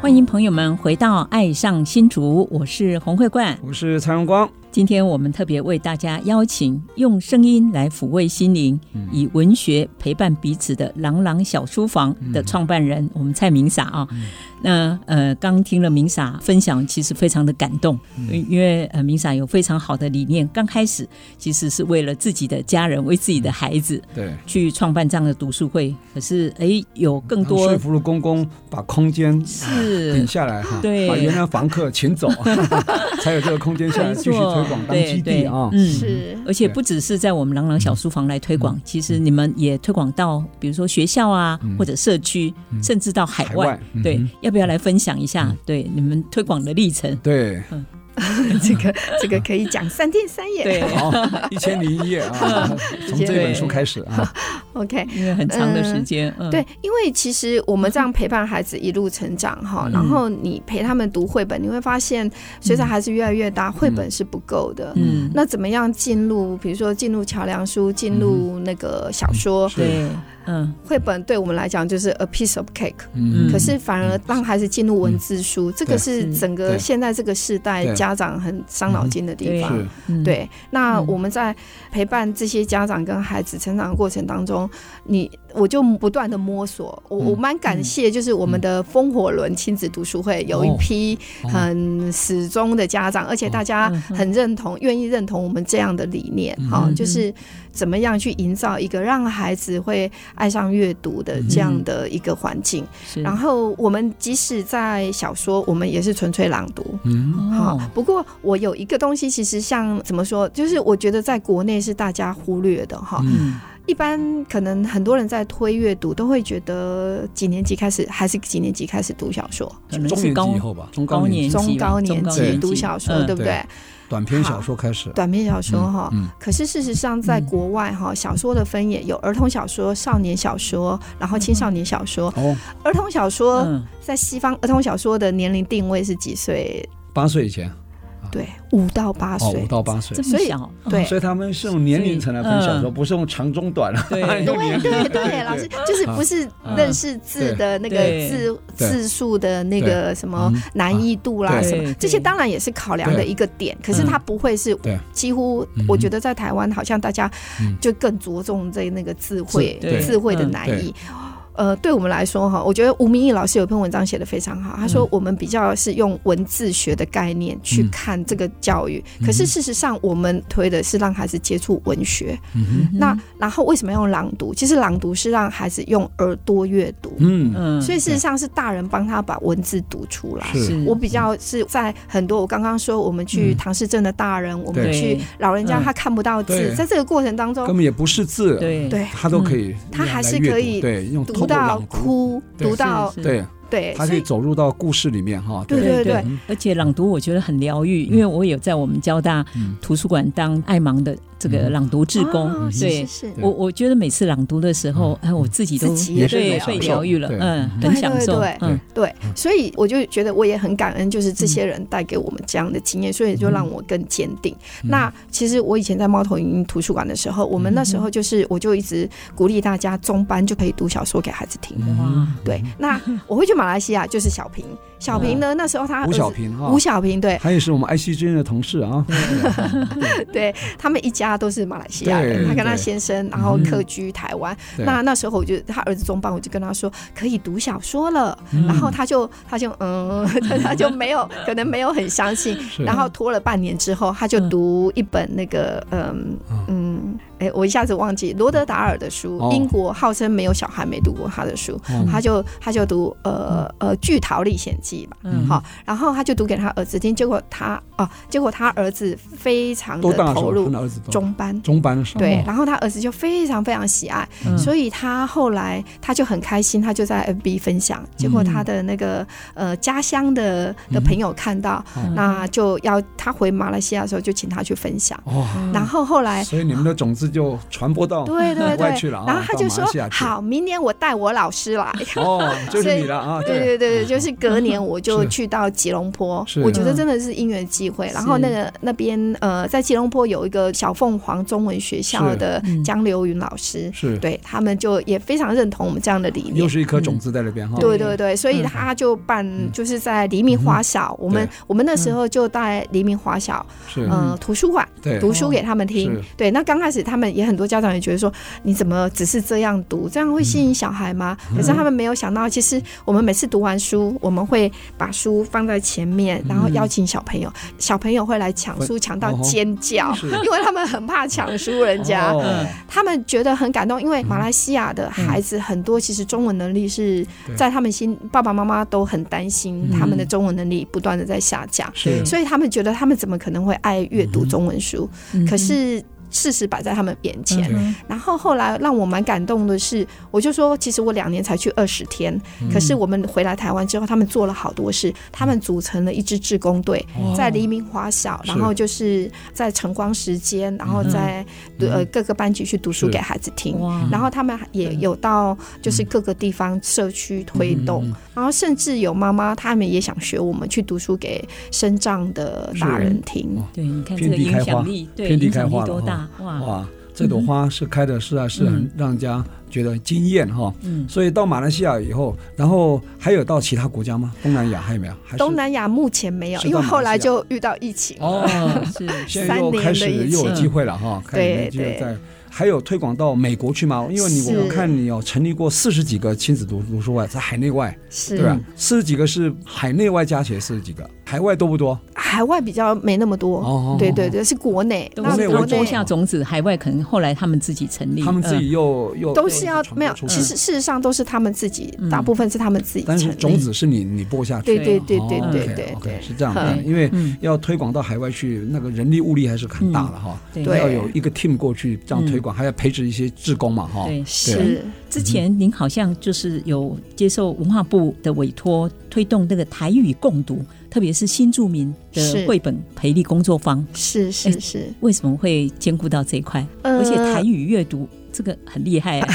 欢迎朋友们回到《爱上新竹》，我是洪慧冠。
我是蔡荣光，
今天我们特别为大家邀请用声音来抚慰心灵，以文学陪伴彼此的朗朗小书房的创办人，我们蔡明傻啊。那呃，刚听了明傻分享，其实非常的感动，因为呃，明傻有非常好的理念，刚开始其实是为了自己的家人，为自己的孩子
对，
去创办这样的读书会。可是哎，有更
刚说
多
嗯服了公公把空间
是
顶下来哈，
对
把原来房客 请走，才有这个空间下来
没
继续推
错
广，当
对
基地
对，
啊。
嗯
是
而且
对
不只是在我们朗朗小书房来推广，其实你们也推广到比如说学校啊，或者社区，甚至到海
嗯海
外。
外嗯
对
哼，嗯
要不要来分享一下？对你们推广的历 程？
对，
这个这个可以讲三天三夜。
对，
好，一千零一夜 啊，从这本书开始啊，
，OK，
因为很长的时间，嗯，
对，因为其实我们这样陪伴孩子一路成长哈，
嗯
然后你陪他们读绘本，你会发现随着孩子越来越大，绘本是不够的。
嗯，
那怎么样进入？比如说进入桥梁书，进入那个小说，
对，嗯
绘本对我们来讲就是 a piece of cake。
嗯，
可是反而让孩子进入文字书，这个是
对
整个
对
现在这个世代
对
家长很伤脑筋的地
嗯
方。
是，
嗯，
对，那
嗯
我们在陪伴这些家长跟孩子成长的过程当中，你我就不断的摸索，我我蛮感谢，就是我们的风火轮亲子读书会有一
哦
批
哦
很始终的家长，而且大家
嗯
很认同，愿意认同我们这样的理念，哈，
嗯
就是怎么样去营造一个让孩子会爱上阅读的这样的一个环境。
是，
然后我们即使在小说，我们也是纯粹朗读，
嗯，
好、
哦，
不过我有一个东西，其实像怎么说，就是我觉得在国内是大家忽略的哈。
嗯，
一般可能很多人在推阅读，都会觉得几年级开始，还是几年级开始读小说，
可能
中
是
年级
高
以后吧，中高
高
年
年
级
级吧，
中高年
中
级读小说，
嗯
对不对
对？短篇小说开始，
短篇小说哈。
嗯，
可是事实上，在
嗯
国外哈，小说的分野有儿童小说、少年小说，然后青少年小说。
哦，
儿童小说
嗯，
在西方，儿童小说的年龄定位是几岁？
八岁以前，
对，五到八
哦，
岁
五。到八岁
这。么
所以
小，
对
所以他们是用年龄层来分小
所
说，
以
不是用长中短了。
嗯对
用
嗯对
年 龄
对对，老师就是不是认识字的那个
对
字
嗯对
字数的那个什么
嗯
难易度
啊
啦
对嗯
什么
对，
这些当然也是考量的一个点，可是它不会是
对
几乎
嗯哼
我觉得在台湾好像大家
嗯
就更着重在那个智慧
对
智慧的难易。呃，对我们来说哈，我觉得吴明义老师有篇文章写得非常好，他说我们比较是用文字学的概念去
嗯
看这个教育，可是事实上我们推的是让孩子接触文学，
嗯
那然后为什么要用朗读？其实朗读是让孩子用耳朵阅读，
哼嗯，
嗯，
所以事实上是大人帮他把文字读出来。
是嗯
我比较是在很多我刚刚说，我们去唐氏症的大人，我们
对
去老人家
嗯
他看不到字，
对
在这个过程当
根
中，
本也不是字，
对
对嗯
他都可以，
他还是
来阅读
可以
对用透
读
过
到
朗读，
哭，
对
读到
是是
对，
对，
他可
所
以嗯
以
走入到故事里面哈。
对对对，
而且朗读我觉得很疗愈，因为我有在我们交大
嗯啊
图书馆当爱盲的这个朗读志工，
哦是
对
是是
对
我我觉得每次朗读的时候，哎，我自己都
自己
也是
对
很享
被
受
疗愈了，
嗯对
嗯，
嗯
很享受
对对，
嗯，
对，所以我就觉得我也很感恩，就是这些人带给我们这样的经验，所以就让我更坚定。
嗯
那其实我以前在猫头鹰图书馆的时候，我们那时候就是我就一直鼓励大家中班就可以读小说给孩子听。
嗯
哇，
对，那我会去马来西亚，就是小平，小平呢，那时候他
嗯吴小
儿子
平啊哈
吴，小平，哎对
他也是我们 IC 之间的同事啊。
对，他们一家都是马来西亚人，
对
他跟他
对
先生，然后客居台湾。
对
那那时候我就他儿子中班，我就跟他说可以读小说了，
嗯
然后他就他就嗯， 他就没有可能没有 很相信，
是
然后拖了半年之后，他就读一本那个嗯嗯哎，我一下子忘记罗德达尔的书，
哦
英国号称没有小孩没读过他的书，
哦
他就他就读呃
嗯
呃《巨桃历险记》吧，
嗯
好，然后他就读给他儿子听，结果他哦，结果他儿子非常
多
的
大的时
投
候
入
看到儿子多大
中班。
中班的时候，
对
哦，
然后他儿子就非常非常喜爱，
嗯
所以他后来他就很开心，他就在 FB 分享，结果他的那个呃家乡的的朋友看到，
嗯
那就要他回马来西亚的时候就请他去分享，
哇，
然后后来。
所以你们的种子就传播到
对对
国外
对
去，了啊
然后他
到
就
马
说
来西亚：“去
好，明年我带我老师 来。
哦， 就是你了啊，
对对对对，就是隔年我就是去到吉隆坡
是，嗯
我觉得真的是因缘际会。然后那个那边呃，在吉隆坡有一个小凤凰中文学校
是
的
嗯
江流云老师，
是，
对他们就也非常认同我们这样的理念
又。是一颗种子在那边哈。
对对对，所以
嗯
他就办
嗯
就是在黎明华小，我们
对
我们那时候就在黎明华小，
是，
呃，图书馆
嗯对，
读书给他们听
是。
对，那刚开始他们也很多家长也觉得说，你怎么只是这样读，这样会吸引小孩吗？
嗯
可是他们没有想到，其实我们每次读完书，我们会把书放在前面，然后邀请小朋友，小朋友会来抢书，抢到
嗯哦吼
尖叫，
是
因为他们很怕抢书人家。嗯
哦
他们觉得很感动，因为马来西亚的孩子很多，其实中文能力是
对
在他们心，爸爸妈妈都很担心
嗯
他们的中文能力不断的在下降，
是
所以他们觉得他们怎么可能会爱阅读中文书？
嗯
可是事实摆在他们眼前。
对
然后后来让我蛮感动的是，我就说，其实我两年才去二十天，
嗯
可是我们回来台湾之后，他们做了好多事，他们组成了一支志工队，
嗯
在黎明华小，
哦是嗯
然后就是在晨光时间，然后在呃各个班级去读书
是
给孩子听。
哇，
嗯
然后他们也有到就是各个地方社区推动，
嗯嗯嗯
然后甚至有妈妈他们也想学我们去读书给身障的大人听。
哦
对，你看这
遍
个
地
影
开花
响力，对，
遍地
影
开
响力
花了
多大哇！
嗯哇，
嗯
这朵花是开的是啊，是很让人家觉得惊艳哈。
嗯，
所以到马来西亚以后，然后还有到其他国家吗？东南亚还有没有？还是
东南亚目前没有，
是
因为
到马来西亚
后来就遇到疫情。
哦，
是
现在又开始又有机会了哈，
三
看有
年的
没有
疫情
机
对
会在。还有推广到美国去吗？因为你
是
我看你有成立过四十几个亲子读读书会，在海内外，对
是
吧？四十几个是海内外加起来四十几个，海外多不多？
海外比较没那么多，
哦
对对对，是国内。
都
那
是
国
国
我
种
内
下种子，海外可能后来他们自己成立，嗯
他们自己又又
嗯都是要
传播
没有，
出去
其实事实上都是他们自己
嗯，
大部分是他们自己
但是
成
种
立。
子是你你播下去
对
的，
对对对
哦
对
OK，
对
OK，
对，
是这样的
嗯，
因为
嗯
要推广到海外去，那个人力物力还是很大了哈，
嗯对
要有一个 team 过去这样推
嗯
广，还要培植一些志工嘛哈，
对
是
之前您好像就是有接受文化部的委托，推动那个台语共读，特别是新住民
是
的绘本培力工作坊，
是是是，
为什么会兼顾到这一块？
呃
哎而且台语阅读这个很厉 害、啊，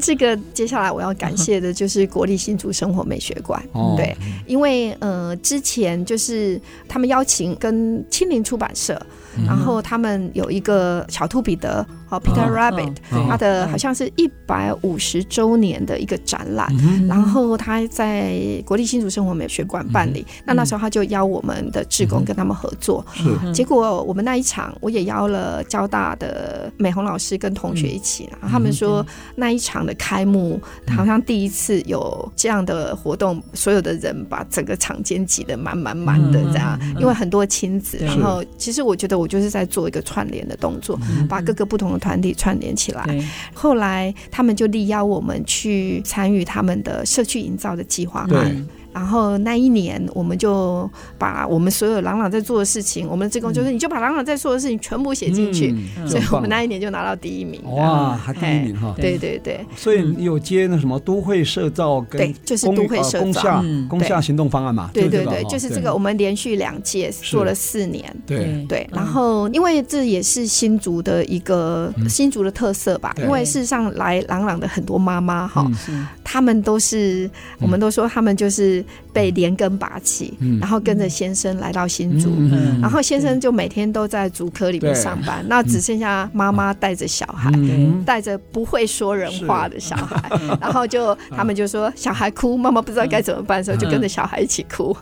这个接下来我要感谢的就是国立新竹生活美学馆，
哦
嗯对，因为呃之前就是他们邀请跟青林出版社，
嗯
然后他们有一个小兔彼得，哦 Peter
哦
Rabbit，、
哦
他的
嗯
好像是一百五十周年的一个展览，
嗯
嗯
然后他在国立新竹生活美学馆办理，
嗯
那那时候他就邀我们的志工跟他们合作，
是
嗯
结果我们那一场，我也邀了交大的美红老师跟同学一起，然后
嗯
他们说那一场的开幕，好像第一次有这样的活动，所有的人把整个场间挤得满满满
嗯
的这样，因为很多亲子，
对
然后其实我觉得我就是在做一个串联的动作，把各个不同的团体串联起来。
嗯对，
后来他们就力邀我们去参与他们的社区营造的计划案。
对
嗯
然后那一年，我们就把我们所有朗朗在做的事情，我们的职工就是你就把朗朗在做的事情全部写进去，
嗯
所以我们那嗯
这
一年就拿到第一名。
很棒哇，还第一名哈。
对对对
所以你有接那什么都会社造跟
嗯对就是
公
都会
呃
社造
公下
嗯
公下行动方案嘛，
对对
这个
对，
哈
就是这个，我们连续两届做了四年。
对
嗯
对，然后因为这也是新竹的一个新竹的特色吧，
嗯对
因为事实上来朗朗的很多妈妈哈，
嗯
是
他们都是，我们都说他们就是被连根拔起，
嗯
然后跟着先生来到新竹，
嗯
然后先生就每天都在竹科里面
对
上班，那只剩下妈妈带着小孩。
嗯
带着不会说人话的小孩， 然后就他们就说小孩哭，妈妈不知道该怎么办
嗯
的时候，就跟着小孩一起 哭。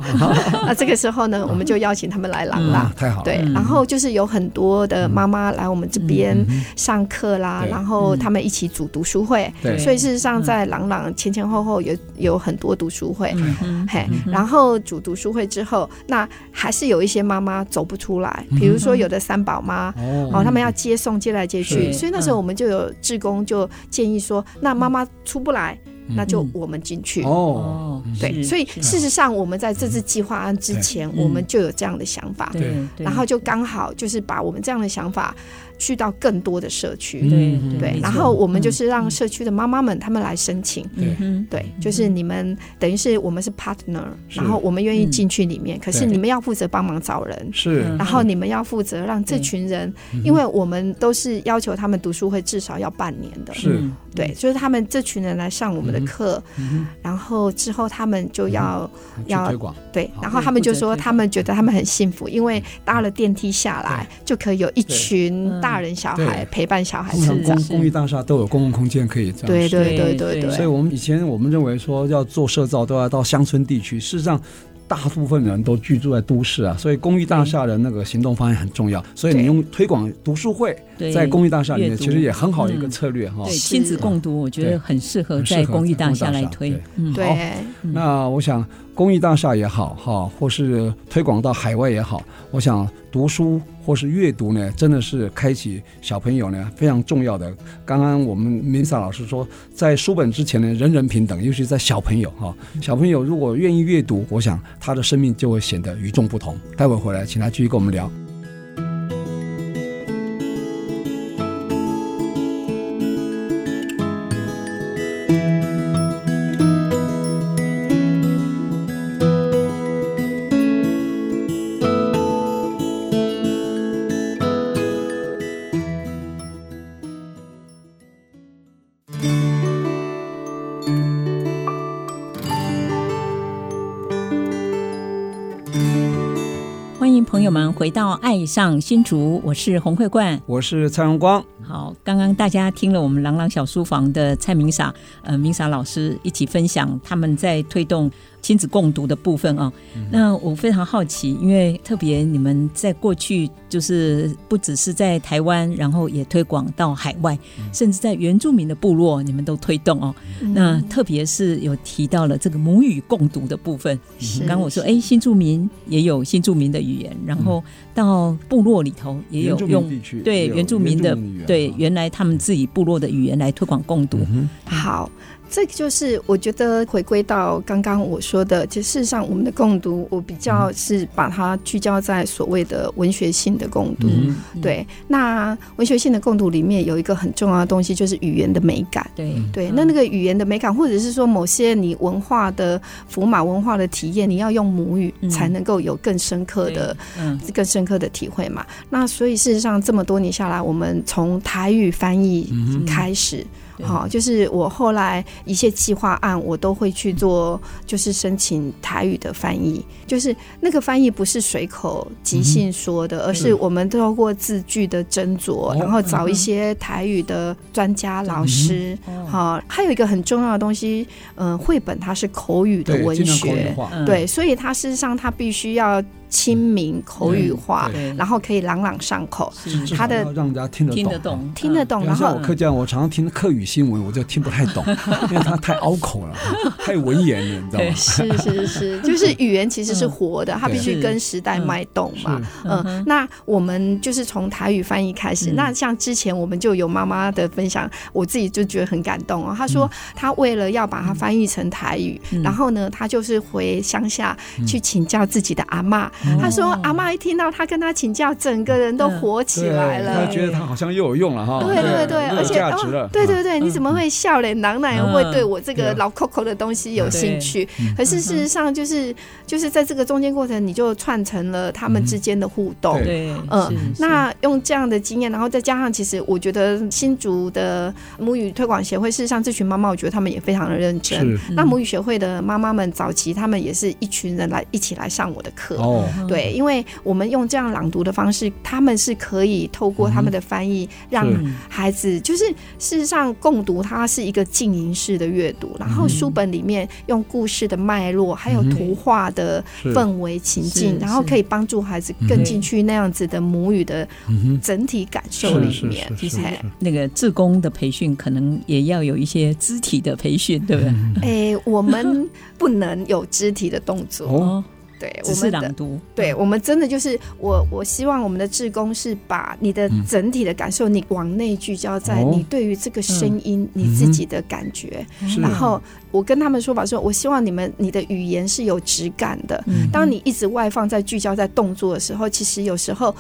那这个时候呢，我们就邀请他们来 朗朗
啊，。太 好了，
对，然后就是有很多的妈妈来我们这
嗯
边上课啦，
对嗯
然后他们一起组读书会，
对嗯
所以事实上在朗朗前前后后有有很多读书会，
嗯哼
嘿
嗯，哼
然后主读书会之后，那还是有一些妈妈走不出来，比如说有的三宝妈。
哦
哦，他们要接送接来接去，
嗯是
所以那时候我们就有志工就建议说，那妈妈出不来，
嗯
那就
嗯
我们进去。
哦，
哦，
对，
是
所以
是
事实上我们在这次计划案之前，
对
我们就有这样的想法，
对
对，
对
然后就刚好就是把我们这样的想法去到更多的社区。
对
嗯
对
没，
然
错
后我们就
嗯
是让社区的妈妈们他们来申请，
嗯哼
对，就是你们等于是我们是 partner，
是
然后我们愿意
嗯
进去里面，可是
对
你们要负责帮忙找人。
是，
嗯
然后你们要负责让这
对
群人，
嗯
因为我们都是要求他们读书会至少要半年的，
是
嗯
对，就是他们这群人来上我们的课，
嗯
然后之后他们就要
嗯
哼去
要
推广，
对，然后
对
他们
负
就
责
说
推
他们觉得他们很幸福，因为搭了电梯下来就可以有一群
嗯
大人小
对
孩陪伴小孩
通常
成长
公，
是
公寓大厦都有公共空间可以这样
对
使
对对
对
对
对
对，
所以我们以前我们认为说要做社造都要到乡村地区，事实上。大部分人都居住在都市啊，所以公寓大厦的那个行动方案很重要。所以你
对
用推广读书会，
对
在公寓大厦里面
阅读嗯
其实也很好的一个策略哈。
对
是
亲子共读，我觉得
对
很适合
很适
在
合
公寓
在
大
公寓
厦
大
来
厦
推
对，
嗯，
对
那我想，公益大厦也好，哈，或是推广到海外也好，我想读书或是阅读呢，真的是开启小朋友呢非常重要的。刚刚我们明萨老师说，在书本之前呢，人人平等，尤其在小朋友哈，
嗯
小朋友如果愿意阅读，我想他的生命就会显得与众不同。待会回来，请他继续跟我们聊。
欢迎朋友们回到《爱上新竹》，我是洪慧冠。
我是蔡荣光，
好，刚刚大家听了我们朗朗小书房的蔡明傻，呃，明傻老师一起分享他们在推动亲子共读的部分哦。那我非常好奇，因为特别你们在过去就是不只是在台湾，然后也推广到海外，甚至在原住民的部落，你们都推动哦。
嗯
那特别是有提到了这个母语共读的部分，
是
刚刚我说，哎，新住民也有新住民的语言，然后到部落里头也有
嗯原住民
用
地区
对
也有
原住民的
语言
对
哈
原来他们自己部落的语言来推广共读
嗯。哼
好，这个就是我觉得回归到刚刚我说的，就事实上我们的共读，我比较是把它聚焦在所谓的文学性的共读。
嗯
对，那文学性的共读里面有一个很重要的东西，就是语言的美感。
对
嗯
对，那那个语言的美感，或者是说某些你文化的符码文化的体验，你要用母语
嗯
才能够有更深刻
对
的、
嗯
更深刻的体会嘛。那所以事实上这么多年下来，我们从台语翻译
嗯哼
开始。
对
好、就是我后来一些计划案，我都会去做，就是申请台语的翻译。就是那个翻译不是随口即兴说的，而是我们透过字句的斟
嗯哦
酌，
嗯
然后找
嗯
一
哼
些台语的专家老师。
哦
好、还有一个很重要的东西，嗯、绘本它是口语的
对，
文
尽量口语
学，
化，
嗯
对，所以它事实上它必须要亲民、口语化，
嗯对，
然后可以朗朗上口，
是
至
他
少
的
要让人家听得
听
懂
得
哈
懂，嗯
听得懂，
比
哦然
方像
后
我客家，我常常听客语新闻，我就听不太 懂，因为它太拗口了，太文言了，你知道
对
吗？
是 是是，就是语言其实是活的，它必须
嗯对
跟时代脉动嘛。
嗯
嗯，那我们就是从台语翻译开始。
嗯
那像之前我们就有妈妈的分享，我自己就觉得很感动哦。她说她为了要把它翻译成台语，
嗯
然后呢，她就是回乡下去请教自己的阿嬷。她说
哦
阿嬷一听到她跟她请教，整个人都
嗯
火起来
对
了
他。觉得它好像又有用了哈，
对对对，
又
而
哦有
且
价值
哦
了，，嗯
对对对，你怎么会笑脸囊然会
嗯
对我这个
对
老 Coco 的东西有兴趣
嗯？
可是事实上，就是就是在这个中间过程，你就串成了他们之间的互动
嗯。
对，
嗯
是是
那用这样的经验，然后再加上，其实我觉得新竹的母语推广协会，事实上这群妈妈，我觉得她们也非常的认真。
嗯是
那母语学会的妈妈们，早期她们也是一群人来一起来上我的课。
哦，
对，因为我们用这样朗读的方式，他们是可以透过
嗯
他们的翻译，让孩子就是事实上共读它是一个静音式的阅读，然后书本里面用故事的脉络，还有图画的氛围情境，
是
然后可以帮助孩子更进去那样子的母语的整体感受
是
里
是
面
是。
其
是
实
是，
那个志工的培训可能也要有一些肢体的培训，对不
嗯
对？
哎、我们不能有肢体的动 作，
哦，
哦，
对，我
只是
们的哦
朗读，
对，我们真的就是我，我希望我们的志工是把你的整体的感受，你往内聚焦在
哦
你对于这个声音、你自己的感觉。
是
然后我跟他们说法说，我希望你们你的语言是有质感的。
嗯
当你一直外放在聚焦在动作的时候，其实有时候。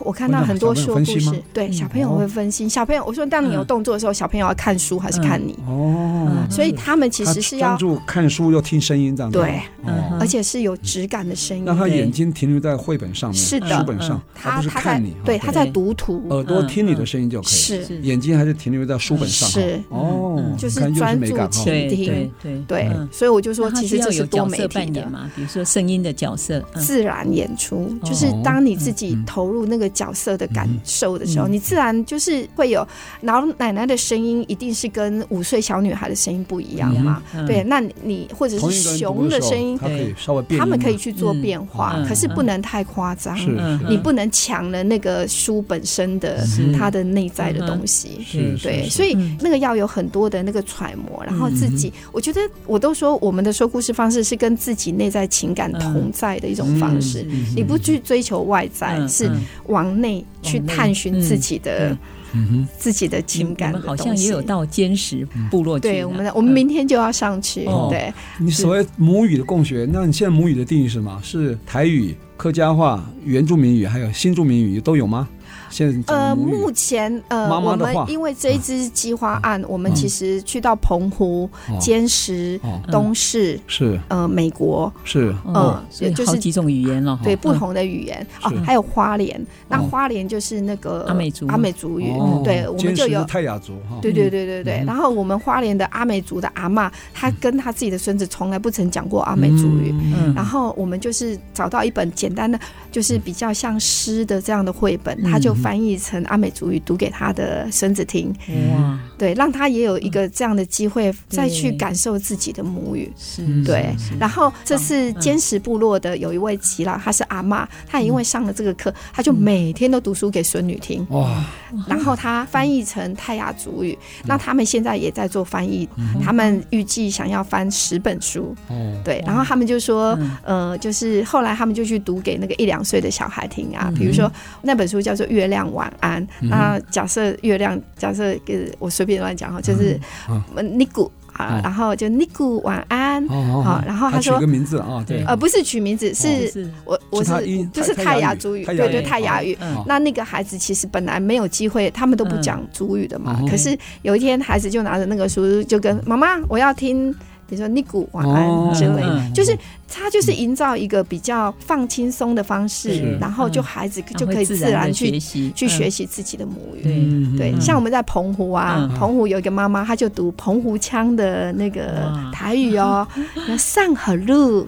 我看到
会让
很多
小朋友分
说故
心
事
吗，
对
嗯
小朋友会分心。小朋友，我说当你有
嗯
动作的时候，小朋友要看书还是看你？
哦，
所以他们嗯其
他
实是
专
要
注看书又听声音这样子，
对，
嗯
哦，
而且是有质感的声音
让。他
对
眼睛停留在绘本上面，
是的嗯
书本上，而
他
不是
他在
看你，
对
哦嗯
他嗯在读图，
耳朵听你的声音就可以，
是
是
眼睛还是停留在书本上，
是
哈哦
嗯，
就是
看又
专
是
注
美感哈
起，
对
听
对对
对，
嗯
所以我就说，
那它
其实
是要
这是
有
多
角
媒
色
体
扮
的
演。嘛，比如说声音的角色，嗯
自然演出，
哦
就是当你自己投入那个角色的感受的时候，
嗯
你自然就是会有老奶奶的声音，一定是跟五岁小女孩的声音不一样嘛？
嗯
对，那你或者
同
是
一个人
熊的声音，
他可以稍微变，
他们可以，去做
嗯
变化，
嗯
可是不能太夸张，
是
嗯
是
你不能抢了那个书本身的
是
它的内在的
嗯哼
东西。
是，是
对，
是
所以
嗯
那个要有很多的那个揣摩，然后自己，我觉得
嗯
我都说我们的说故事方式是跟自己内在情感同在的一种方式，
嗯
你不去追求外在，
嗯
是
嗯
往内去探寻自己的、
嗯
嗯
自己的
你
情感
你
的
们好
东西。
像也有到坚实部落去呢，
对我们的，我们明天就要上去，
哦
对，
哼，你所谓母语的共学，那你现在母语的定义是什么？是台语、客家话、原住民语还有新住民语都有吗？现在讲
呃，
的母语
目前呃，
妈妈
我
的
们
话
因为这一支计划案，
嗯
我们其实去到澎湖、
哦
坚实、
哦，
东势、
是
呃美国，
是
嗯
嗯
所以
就是
好几种语言了，
对
嗯
不同的语言哦
哦是，
还有花莲，那
哦
花莲就是那个
阿美族
阿美族语，嗯
哦，
对，我们
坚
就
持
有
是。泰雅族哈，
对对对对对，
嗯
然后我们花莲的阿美族的阿嬷，她跟她自己的孙子从来不曾讲过阿美族语。
嗯
嗯，
然后我们就是找到一本简单的，就是比较像诗的这样的绘本，
嗯
她就翻译成阿美族语读给她的孙子听，
哇，
对，让她也有一
嗯
个这样的机会再去
对
感受自己的母语。
嗯
是，
嗯对
是，
然后这次
嗯
坚实部落的有一位耆老，她是阿嬷，她也因为上了这个课，
嗯
她就每天都读书给孙女听，
哇，
然后她翻译成泰雅族语。
嗯
那他们现在也在做翻译，他们预计想要翻十本书，
哦，
对。然后他们就说
嗯，
呃，就是后来他们就去读给那个一两岁的小孩听
嗯
啊，比如说那本书叫做《月亮晚安》，那假设月亮，假设呃，我随便乱讲哈，就是
嗯
呃尼古啊
哦，
然后就尼古晚安。
哦
好然后他
取
说
个名字啊，对，
呃，不是取名字，
哦就是是
我我
是他
是
一
就是
泰
泰
泰雅
雅
语
族语，
泰
对
雅
对
语
泰雅语。
嗯
那那个孩子其实本来没有机会，他们都不讲族语的嘛。
哦
嗯
可是有一天，孩子就拿着那个书，就跟妈妈，我要听，比如说尼古晚
哦
安之类的
嗯，
就是他就是营造一个比较放轻松的方式
是，
然
嗯
后就孩子就可以自然
地
去
学习
去学
习，
习自己的母语。
对，
嗯
对，
嗯
像我们在澎湖啊
嗯，
澎湖有一个妈妈，她就读澎湖腔的那个
哇
台语 哦，那上河路，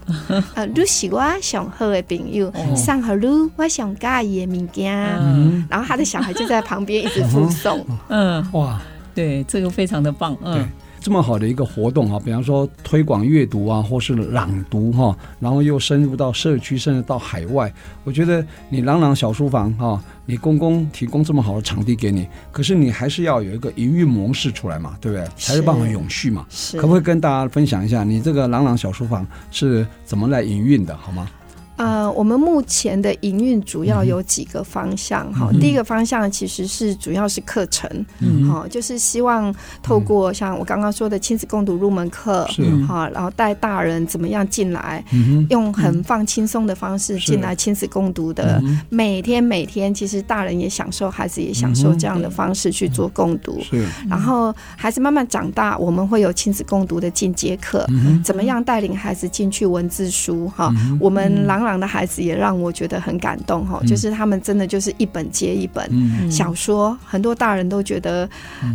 呃，你是我上好的朋友，上河路我上喜欢的物件，
哦嗯
然后她的小孩就在旁边一直附送，
嗯，
哇，
对，这个非常的棒，嗯
对这么好的一个活动啊，比方说推广阅读啊，或是朗读哈、然后又深入到社区，甚至到海外。我觉得你朗朗小书房哈、你公公提供这么好的场地给你，可是你还是要有一个营运模式出来嘛，对不对？才有办法永续嘛。
是
可不可以跟大家分享一下你这个朗朗小书房是怎么来营运的，好吗？
呃，我们目前的营运主要有几个方向哈、第一个方向其实是主要是课程，
嗯
好、就是希望透过像我刚刚说的亲子共读入门课，
是
嗯
好，然后带大人怎么样进来，
嗯
用很放轻松的方式
是嗯
进来亲子共读的，每天每天其实大人也享受，孩子也享受这样的方式去做共读
哼，。嗯是
然后孩子慢慢长大，我们会有亲子共读的进阶课，
嗯哼嗯
怎么样带领孩子进去文字书哈？我们朗朗的孩子也让我觉得很感动哈、
嗯
就是他们真的就是一本接一本。
嗯，
小说，很多大人都觉得，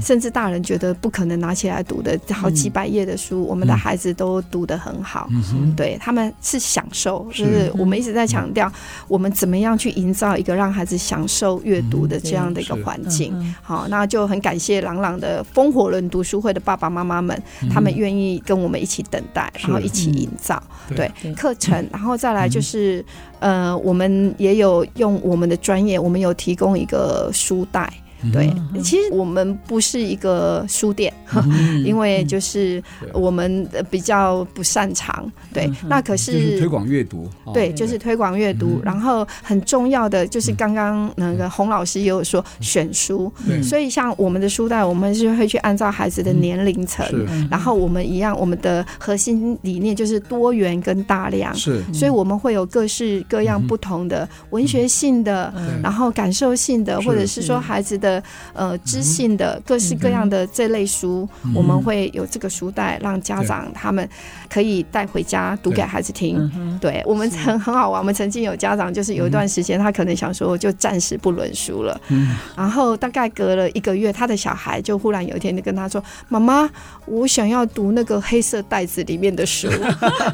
甚至大人觉得不可能拿起来读的好几百页的书，我们的孩子都读得很好。
嗯哼，
对他们是享受，
是
就是我们一直在强调，我们怎么样去营造一个让孩子享受阅读的这样的一个环境。
嗯
好，那就很感谢朗朗的风火轮读书会的爸爸妈妈们，他们愿意跟我们一起等待，
是
然后一起营造
嗯
对
对
课程，然后再来就是呃，我们也有用我们的专业，我们有提供一个书袋。
嗯
对，其实我们不是一个书店，
嗯
因为就是
啊
我们呃比较不擅长，对
嗯，
那可
就是推
是。
广阅读，哦
对，就是推广阅读，然后很重要的就是刚刚那
嗯
个洪老师也有说选书，
对
所以像我们的书袋，我们是会去按照孩子的年龄层，
嗯
是
然后我们一样，我们的核心理念就是多元跟大量，
是
所以我们会有各式各样
嗯
不同的文学性的，
嗯
对
然后感受性的，
是嗯
或者是说
是
孩子的呃知性的各式各样的这类
嗯
书，我们会有这个书袋，让家长他们可以带回家读
对
给孩子听
嗯。哼
对我们
是
很很好玩，我们曾经有家长就是有一段时间，他可能想说就暂时不轮书了，
嗯
然后大概隔了一个月，他的小孩就忽然有一天就跟他说：“妈妈，我想要读那个黑色袋子里面 的书。”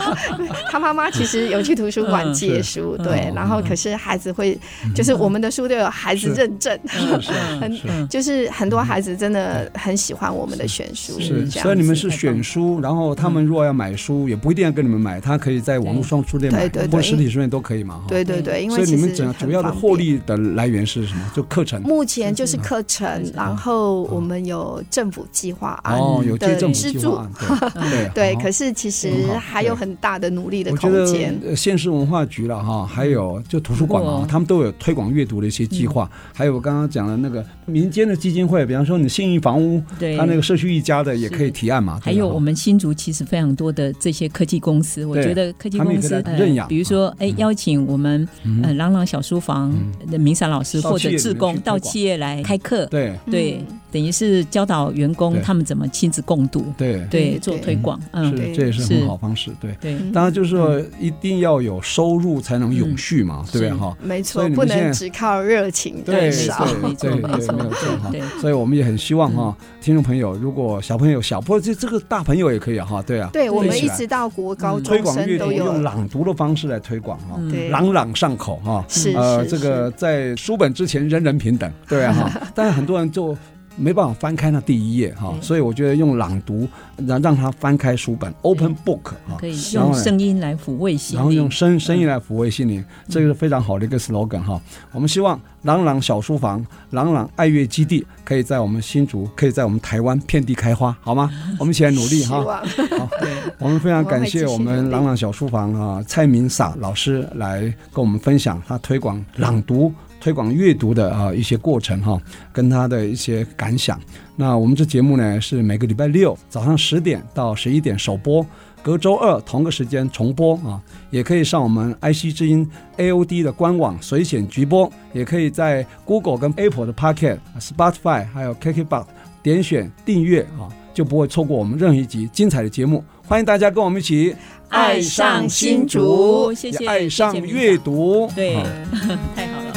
他妈妈其实有去图书馆
嗯
借
是
书，
嗯
对
嗯，
然后可是孩子会，就是我们的书都有孩子
是
认证，
嗯
是
嗯
是
嗯
就是很多孩子真的很喜欢我们的选书，
是，
这
所以你
样
们
子。
是选书，然后他们如果要买书，也不一定要跟你们买，他可以在网络上书店买
嗯对对，对
或实体书店都可以嘛。哈，
对对对，因
所
为
以
其
你们
实
主
很
主要的
方
获
便。
利的来源是什么？就课程
目前就是课程
嗯，
然后我们有政府计划案
哦，有借
的
政府
嗯资
计
助
划，案， 对
对，
好
可是其实
很好
还有
对
很大的努力的
我觉
空
得
间。嗯
呃县市文化局了哈，还有就图书馆
如
啊
果，
他们都有推广阅读的一些计划，还有我刚刚讲的那个民间的基金会，比方说你信义房屋，
对，
他那个社区一家的也
是
可以提案嘛。
还
对吧
有我们新竹其实非常多的这些科技公司，我觉得科技公司
他们也可以来认养啊嗯
比如说哎邀请我们呃朗朗小书房的明sar老师
到
或
企
者
业
志
里面
工
去推
到
广
企业来开课，
对
对，等于是教导员工
对
他们怎么亲子共读，
对
对，
嗯
做
对
推广，嗯，
是这也是
是
很好方式，对。
对，
嗯
当然就是说，一定要有收入才能永续嘛，对不对
是
哈？
没
所以
错，
你
不
们现
能
在
只靠热情
对
燃
是
烧。
没错，
对
没错，
对没有错哈
对，
所以我们也很希望哈，听众朋友，如果小朋友、小朋友这这个大朋友也可以哈，对啊，
对我们
起
一
来
直到国高
嗯
推
中
广
生
阅读
都有
用，朗读的方式来推广哈，
嗯
对，
朗朗上口哈。
是
呃，
是
这个在书本之前人人平等，对啊哈。但是很多人就没办法翻开那第一页哈，
对
所以我觉得用朗读让让他翻开书本，open book 哈，
可以
然
用
后呢
声音来抚慰心
然后用
灵，
声声音来抚慰心灵，这个是非常好的一个 slogan 哈。我们希望朗朗小书房、朗朗爱乐基地可以在我们新竹，可以在我们台湾遍地开花，好吗？我们一起来努力
希
哈。
望
好，我们非常感谢我
我们会继续努
们
力
朗朗小书房啊蔡明傻老师来跟我们分享他推广朗读、推广阅读的啊一些过程哈、跟他的一些感想。那我们这节目呢是每个礼拜六早上十点到十一点首播，隔周二同个时间重播啊，也可以上我们 IC 之音 AOD 的官网随选直播，也可以在 Google 跟 Apple 的 Pocket、Spotify 还有 KKBox 点选订阅啊，就不会错过我们任何一集精彩的节目。欢迎大家跟我们一起
爱上新竹
谢谢
也爱上阅读。
对
啊，
太好了。